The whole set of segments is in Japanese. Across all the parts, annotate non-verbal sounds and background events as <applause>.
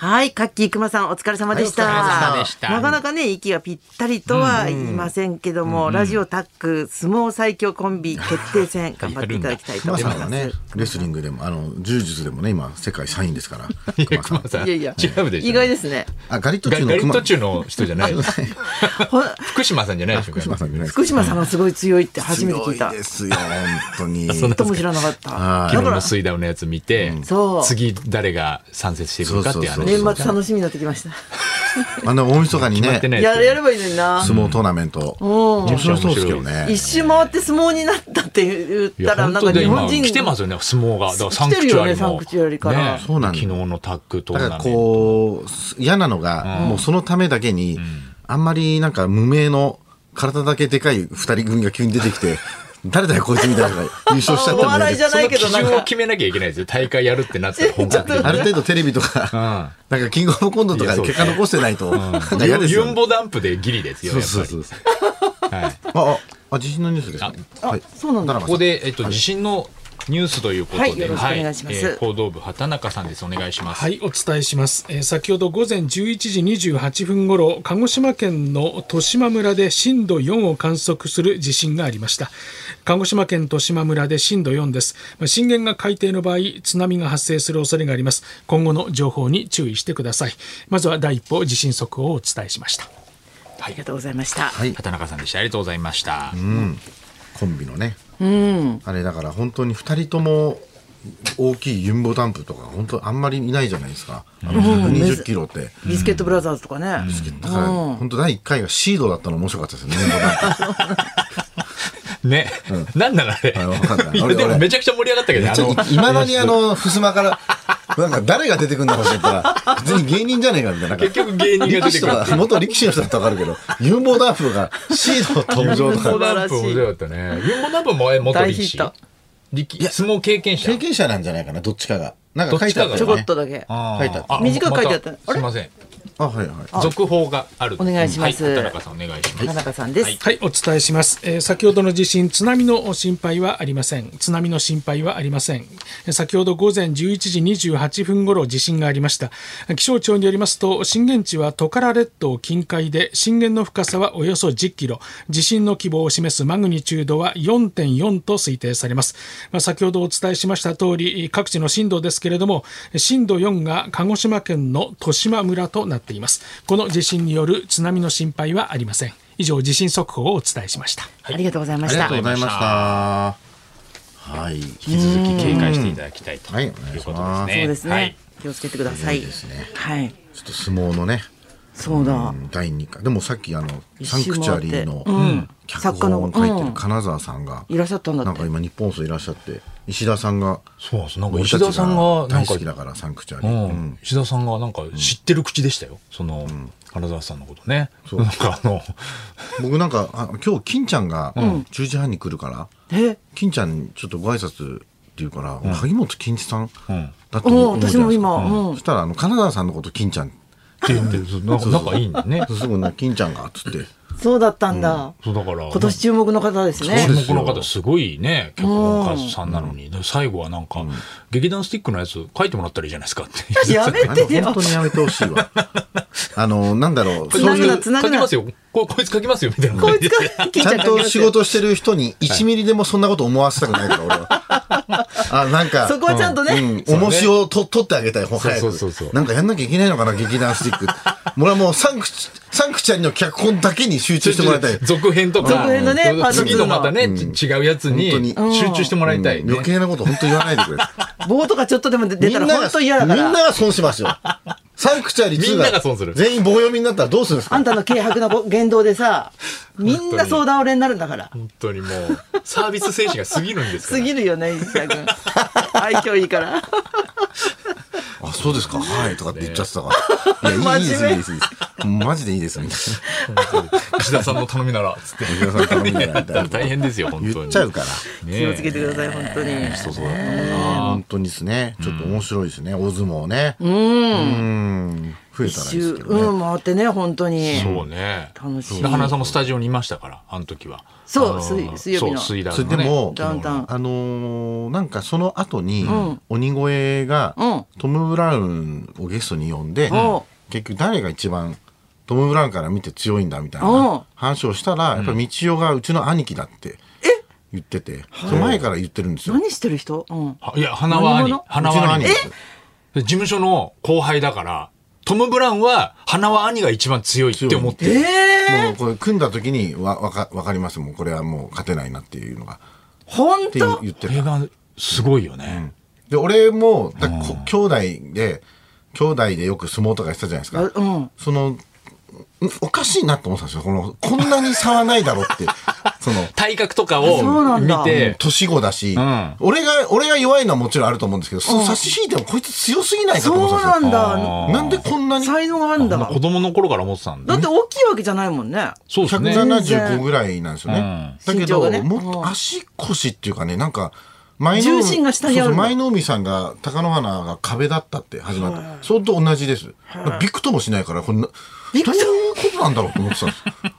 はい、カッキーくまさんお疲れ様でした。はいお疲れ様でしたなかなかね、息がぴったりとは言いませんけども、ラジオタック相撲最強コンビ決定戦頑張っていただきたいと熊思いさまんす。はね、レスリングでも、あの、柔術でもね、今、世界3位です <laughs> から。熊さん。さいやいや、違うでしょ。意外ですね。あ、ガリットガ中リのガリッ熊。ト中の人じゃな <laughs> い。ほ福島さんじゃないでしょ。福島さんじゃないですか福島さんがすごい強いって初めて聞いた。強ちですよ、本当 <laughs> に。っとも知らなかった。はだい昨日かのら、水ダウのやつ見て、そう次誰が参戦していくのかっていうそう話。そうそう年末楽しみになってきました。あの、大晦日にやってなね、いですやけどやればいいのにな。相撲トーナメント。面白そうですけどね。一周回って相撲になったって言っいたやら、本なん当かで日今本人来てますよね相撲がだからサン来クてるチュよアねリもサンクチュアリからねそうなんだ昨日のタッグトーだかナメらントこう嫌なのが、もうそのためだけに、あんまりなんか無名の体だけでかい二人組が急に出てき <laughs> て誰だよこいつみたいなのが優勝しちゃっおたん笑いじゃでないけど、基なん準をか決。めなきゃいけないですよ大会やるってなったら本格的ある程度テレビとか、なんかキングオブコントとかで結果残してないと、なんか <laughs> 嫌でにすユよ、ンね。ボダンプでギリですよそうやっぱそうりそうそう。はいあ、あ、あ地震のニュースですね。はい。そうなんだ田中さここで、えっと、地震のニュースということで、はいよろしくお願いしますえー報道部、畑中さんです。お願いします。はい、お伝えします。えー先ほど午前11時28分ごろ、鹿児島県の十島村で震度4を観測する地震がありました。鹿児島県十島村で震度4です。まあ震源が海底の場合、津波が発生する恐れがあります。今後の情報に注意してください。まずは第一報、地震速報をお伝えしました。ありがとうございました。はい畑中さんでした。ありがとうございました。コンビのね。あれだから本当に二人とも大きいユンボダンプとか本当あんまりいないじゃないですか。あの120キロって。ビスケットブラザーズとかね。だから、本当第1回がシードだったの面白かったですよね。ね、なんなのあれ。あわかんないいや俺でも俺めちゃくちゃ盛り上がったけどね、あちょのっと、いまだにあの、襖から、なんか誰が出てくるんだろうと思ったら、普通に芸人じゃねえかみたいな。結局芸人が出力て士とくる。か、元力士の人だったらわかるけど、ユンボダーフがシード登場とユンボか、ダンプ面白かったね。ユンボダンプもえ元力士。大ヒット力相撲経験者。経験者なんじゃないかな、どっちかが。なんか書いてあったちょよこねっと。だけ。あー書いてあったあ短く書いてあったまあれすいません。あ、はいはい。続報がある。お願いしますはい畑中さんお願いします。田中さんです。はい、お伝えします。えー先ほどの地震、津波の心配はありません。津波の心配はありません。えー先ほど午前11時28分ごろ地震がありました。気象庁によりますと、震源地はトカラ列島近海で、震源の深さはおよそ10キロ、地震の規模を示すマグニチュードは4.4と推定されます。まあ、先ほどお伝えしました通り、各地の震度ですけれども、震度4が鹿児島県の十島村となっています。この地震による津波の心配はありません。以上、地震速報をお伝えしました。ありがとうございまありしがたとう。ございました。はい。引き続き警戒していただきたいとはいいおう願いしますことですね。そうですはねい。気をつけてください。ですねはい。ちょっと相撲のね、そうだ。第2回。でもさっきあの、一サン周クチュアリー回のってうん脚本を書いてる金沢さんが、いらっしゃったんだなっんてか。今日本放送いらっしゃって石田さんがそうなんですなんか俺た石ち田さんがなん大か好きだからサンクチュアリうー、ん、石田さんがなんか知ってる口でしたよ、その、原沢さんのことね。そうなんかあの、僕なんかあ今日金ちゃんが10時半に来るから、え金ちゃんにちょっとご挨拶っていうから、萩本欽一さんうんだと思ううんじゃないで私すかも今うんそしたらあの金沢さんのこと金ちゃんって言ってる、そうなんか仲いいんだね。すぐな金ちゃんがっつ <laughs> ってそうだったんだ。そうだから、今年注目の方ですね注そう。です目の方すごいね、脚本家さんなのに、で最後はなんか、劇団スティックのやつ書いてもらったらいいじゃないですかって。やめあてれよ <laughs> 本。当にやめてほしいわあのなんだろうつなそうぐいなうつな書ぐきな。まこすよ。ここいつ書きますよ、みたいな感いじでつ。か、金ちゃんと仕。事してる人に1ミリでもそんなこと思わせたくないから俺は。あなんかそこはちゃんとね。うん、重しをと取ってあげたい、ほうそう早くそうそうそうなんかやんなきゃいけないのかな、劇団スティック。 <laughs> 俺はもうサンクチ、サンクチャリの脚本だけに集中してもらいたい。続編とか、続編のねパート2の次のまたね、ち違うやつ本に当に集中してもらいたい、ね余計なこと本当言わないでくれ。棒とかちょっとでも出みたんらな本当嫌が、だみかんなら。が損し <laughs> ますよ。サンクチャリ2がみんなが損する全員棒読みになったらどうするんですあかんたの軽薄なご言動で <laughs> さ、みんな相談俺になるんだから。本当にもう、サービス精神が過ぎるんですかすら。ぎるよね、石田 <laughs> 君。愛嬌いいから。あ、そうですか、はい、とかって言っちゃってたから。いや、いいです、真面目いいです、いいです。マジでいいですよみたい <laughs> 岸田さんの頼みなら、つって。な。吉田さん頼みたいなみたいな大変ですよ、本当に。言っちゃうから。気をつけてください、本当に。そうそうだったな本当にですね。ちょっと面白いですね。大相撲ね。うん。増えたらいいですけどね。うん、回ってね、本当に。そうね。楽しいで花江さんもスタジオにいましたから、あの時は。そうあの水水曜日のそう、水田それのねでも、ダウンタウンあのーなんかその後に、鬼越が、うんトム・ブラウンをゲストに呼んで、おう結局誰が一番トム・ブラウンから見て強いんだみたいおうな話をしたら、やっぱり道夫がうちの兄貴だって言ってて、その前から言ってるんですよ。う何してる人うん。はいや、花は何兄者。花ちのは兄兄。貴で事務所の後輩だから、トム・ブラウンは、花は兄が一番強いって思ってる。ええもうこれ組んだ時にわわかわかりますもんこれはもう勝てないなっていうのが本って言当言ってこたれが、すごいよね。で俺もだこ兄弟で兄弟でよく相撲とかしてたじゃないですか、あうん。そのんおかしいなと思ってたんですよこのこんなに差はないだろうって <laughs> その体格とかそうなをん見だて、年子だし、ん俺が俺が弱いのはもちろんあると思うんですけどその差し引いてもこいつ強すぎないかそと思うってなたんんあだ。ーですよなんでこんなに才能があるんだ。子だ供の頃から思ってたんだっ。て大きいわけじゃないもんね。そうですね。 175ぐらいなんですよね。うんだけ身長がど、ねもっうとん足腰っていうかね、なんか、前重心が下にあるそんうだそう舞の海さんが貴乃花が壁だったって始まった。それと同じです。びくともしないから、これな、どういうことなんだろうと思ってた <laughs> んで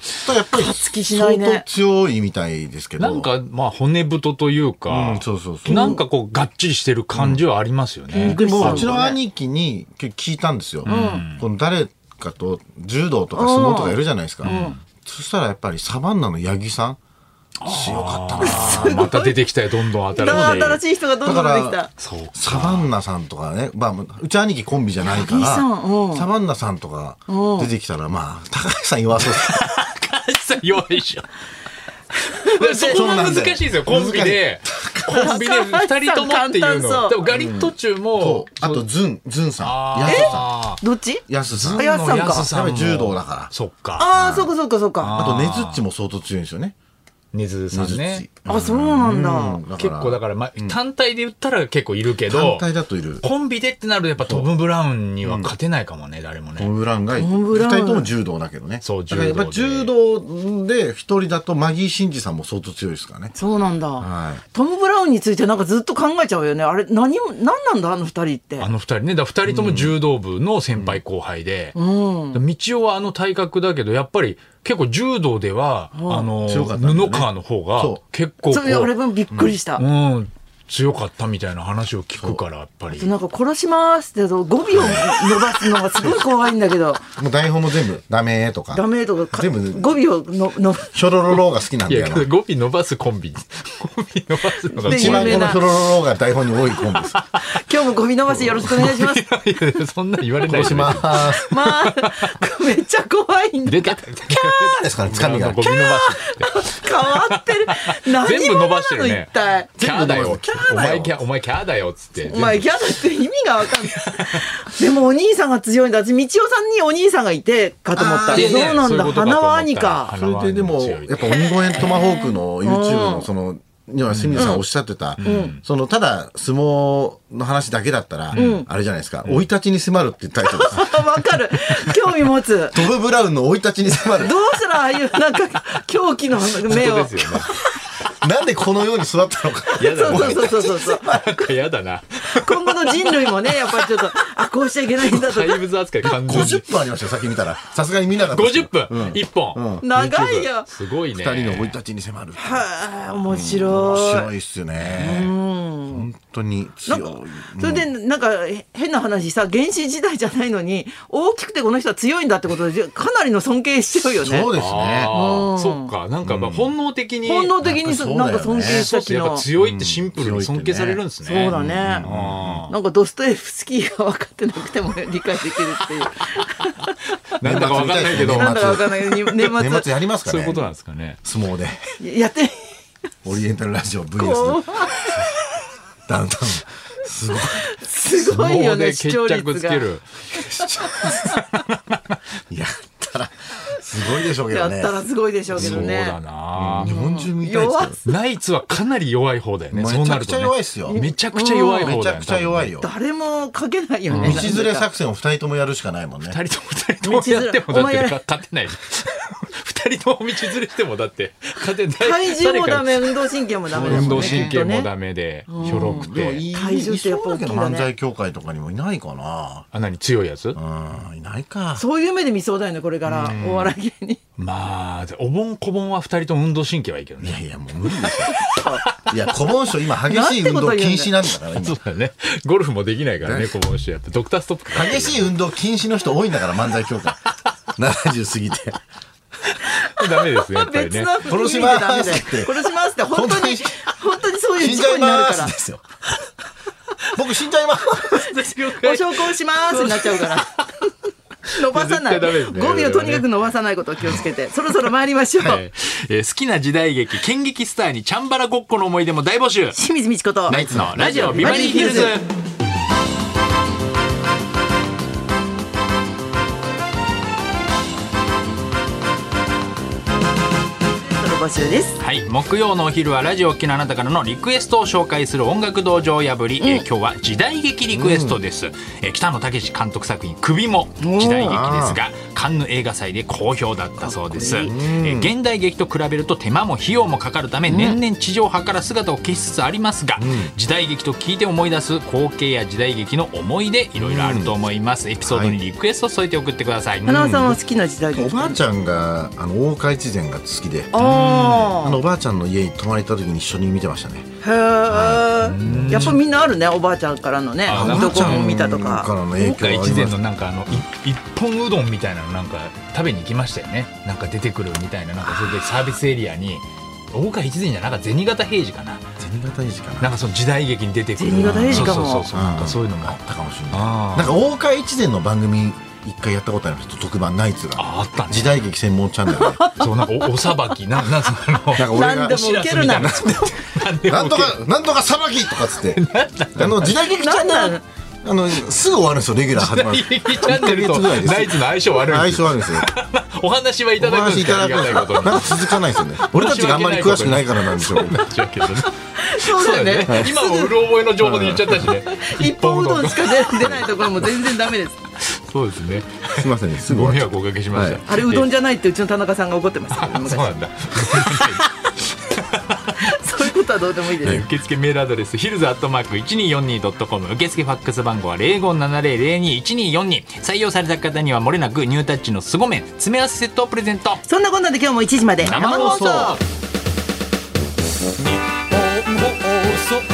す。ただやっぱり、勝つ気しないね相当強いみたいですけど。なん、か、まあ、骨太といううかん、、そうそうそう。なんかこう、がっちりしてる感じはありますよね。でもそううちの兄貴に結構聞いたんですよ、この誰かと柔道とか相撲とかやるじゃないですか、そしたらやっぱりサバンナの八木さん強かったなあーまた出てきたよ、どんどんだ新から <laughs> し新い。しい人がどんどん出てきだたか。そう。サバンナさんとかね、まあ、うち兄貴コンビじゃないか八木らさんうんサバンナさんとかうん出てきたらまあ高橋さん弱そう弱 <laughs> いじゃん。そこが難しいですよ、コンビで。コンビで2人ともっていう簡単その。うでもガリットチュウもと、あとズンズンさんあヤスさあどっちんヤスさんあヤスさんかやっぱり柔道だからそっか。ああ、そうかそうかそうか。あとネズッチも相当強いんですよねねずさネズッんねチ。あ、そうなんだ。だか結ら構だから、ま、単体で言ったら結構いるけ単ど、体だといるコンビでってなるとやっぱトム・ブラウンには勝てないかもね、誰もトね。ム・ブラウンがトムブラウ2ン人とも柔道だけどねそうだからやっぱ柔柔道で1人だとマギー・シンジさんも相当強いですからねそうなんはだ。トム・ブラウンについてなんかずっと考えちゃうよね。あれ、何も、何なんだあの二人ってあ。の二人ね。だから二人とも柔道部の先輩後輩で。うん。道夫はあの体格だけど、やっぱり結構柔道では、あの、強かったんだね布川の方がそ結構こそうれ俺もびっくりした。うん、強かったみたいな話を聞くから、やっぱり。なんか殺しますって語尾を伸ばすのがすごい怖いんだけ <laughs> どもう台本も全部「ダメ」とかダメとかか全部語尾をのの「ヒョロロロ」が好きなんいだや、よな語尾伸ばすコンビ。語尾伸ばすのがで一一番番。こ有名のな「ヒョロロロ」が台本に多いコンビです今日も語尾伸ばしよろしくお願いしますいやいやそんなん言われないしまよ。ーすまあ <laughs> めっちゃ怖いんだ出た。キャーですからね掴みがゴミ伸ばし。変わってる何全部伸ばして者なのるね一体キャーだよ。キャおーだよ前キャー、お前キャーだよ。つって。お前ギャだって意味がわかんない <laughs> でもお兄さんが強いんだ私道夫さんにお兄さんがいてかと思ったあそーうなんだ花は兄かそれででもやっぱ鬼越トマホークの YouTube のその要は清水さんおっしゃってた、そのただ相撲の話だけだったら、あれじゃないですか「生、い立ちに迫る」っていうタイトル <laughs> ですあわかる興味持つトム・ブラウンの生い立ちに迫るどうしたらああいうなんか狂気の目そうをですよね。なんでこのように育った <laughs> のか嫌だな。そうそうそうそうそうなんか嫌だな。今後の人類もねやっぱりちょっとあこうしちゃいけないんだと怪か物扱い完全に。 50分ありましたよ、先見たら。さすがに見なかった。 50分、1うん本。長いよすごい二ね。人の生い立ちに迫る。はあ面面白白いいっすよね。本当に強い。それでなんかへ変な話さ原始時代じゃないのに大きくてこの人は強いんだってことでじゃかなりの尊敬しちゃうよねそうですね。ああ、そっか。なんかまあ本能的に。本能的にそやっなんぱかそうだよ尊ね敬しそたうっすしねやっのぱそう強いってシンプルに尊敬されるんですね。だね、あなんかドストエフスキーが分かってなくても理解できるっていうあ。なんだかわかんないけど、年なん末だか分かんないけどに年末年末やりますかそういうねこと。なんですかね。相 <laughs> 撲で。やってオリエンタルラジオこ VS うダウンタウン。すごい。すごいよもうねね視決聴率着つがける。やったら、すすごいでしょうけやどっね。たらすごいでしょうけそどうだね。な日本中見たいですナイツはかなり弱い方だよけね。ど。そうめちなゃるくちとねゃ弱いですよ。めちゃくちゃ弱いめ方ちだゃよ。くちゃ弱いよ。道誰も書けないよね。連れ作戦を二人ともやるしかないもんね。二人とも二人ともやっても道連れだっお前やてれか勝てない。 <laughs> 二人とも道連れしてもだって勝てない。体重もダ誰かメ、運動神経もダメだもんね。運動神経もメ。ダメで、ひょろくでもいて、い体重ってやっぱ大きいよねいそうだけど漫才協会とかにもいないかな。あんなに強いやつうん、いないか。そういう目で見そうだよね、これから。お笑い芸人。まあ、お盆こぼんは二人とも運動神経はいいけどいね。 <laughs> やいや、もう無理でしょ。いや、小盆賞今激しい運動禁止なんだから、今そう。だよね。ゴルフもできないからね、こぼんしやって。ドクターストップかかるよね激しい運動禁止の人多いんだから、漫才協会。70過ぎ <laughs> て。ダメですね、やっぱり <laughs> 別ねの。殺しますって殺しますって、本当に本当に、本当にそういう死ん事じゃ故いになるまかすらで。すよ。僕死んじゃいます。ご証拠をしますになっちゃうから。伸ばさない。絶対ダメですね語尾をとにかく伸ばさないことを気をつけて。そろそろ参りましょう。はいえー好きな時代劇、剣劇スターにチャンバラごっこの思い出も大募集清水美智子と。ナイツのラジオビバリーヒルズその募集です。はい木曜のお昼はラジオ機のあなたからのリクエストを紹介する音楽道場破り、えー今日は時代劇リクエストです、えー北野武監督作品「首」も時代劇ですがカンヌ映画祭で好評だったそうですかっこえー現代劇と比べると手間も費用もかかるため年々地上波から姿を消しつつありますが、時代劇と聞いて思い出す光景や時代劇の思い出いろいろあると思います、エピソードにリクエストを添えて送ってください、花尾さんは好きな時代お劇。ばあちゃんが、あの、大岡越前が好きで、ああの、おばあちゃんの家に泊まれた時に一緒に見てましたね。あ。へえ。やっぱみんなあるね、おばあちゃんからのねあな、んかどこも見たとおばあちゃんからか。の影響大は岡ありま越す前のなんかあのい一本うどんみたいなのなんか食べに行きましたよねなんか出てくるみたいななんかそれでサービスエリアに大岡越前じゃなかった銭形平次かな銭形英二かな。なんかその時代劇に出てくる銭形平次かもそうそうそうそうなんかそういうのもああったかもしれないあーなんか大岡越前の番組一回やったことあります特番ナイツがあったね時代劇専門チャンネ <laughs> ルでなんかそうなんかおお <laughs> さばきなんなんその俺何がでも受けるな。なんでなんともかなんとかさばきとかっつ <laughs> ってあの時代劇チャンなんネなルあのすぐ終わるんですよレギュラー始ま <laughs> る時代劇チャンネルと一ヶ月ぐらいですナイツの相性悪いんで相す性よあるんですよお話はいたおだくん話でいすよたあだくりがたいことなんにか続かないですよね俺たちがあんまり詳しくないからなんでしょうけど申し訳ないけどねそうだそうよだよね。ね今もうる覚えの情報で言っちゃったしね一本うどんとしか出出ないところも全然ダメ <laughs> です。そうですねすいませんねすぐご終迷わっち惑ゃおかけしました、はあれうどんじゃないってうちの田中さんが怒ってましたけど <laughs> あそ昔。うなんだそういうことはどうでもいいです。受付メールアドレスヒルズアットマーク 1242.com 受付ファックス番号は0570021242採用された方にはもれなくニュータッチの凄麺詰め合わせセットをプレゼントそんなこんなで今日も1時まで生放送日本放送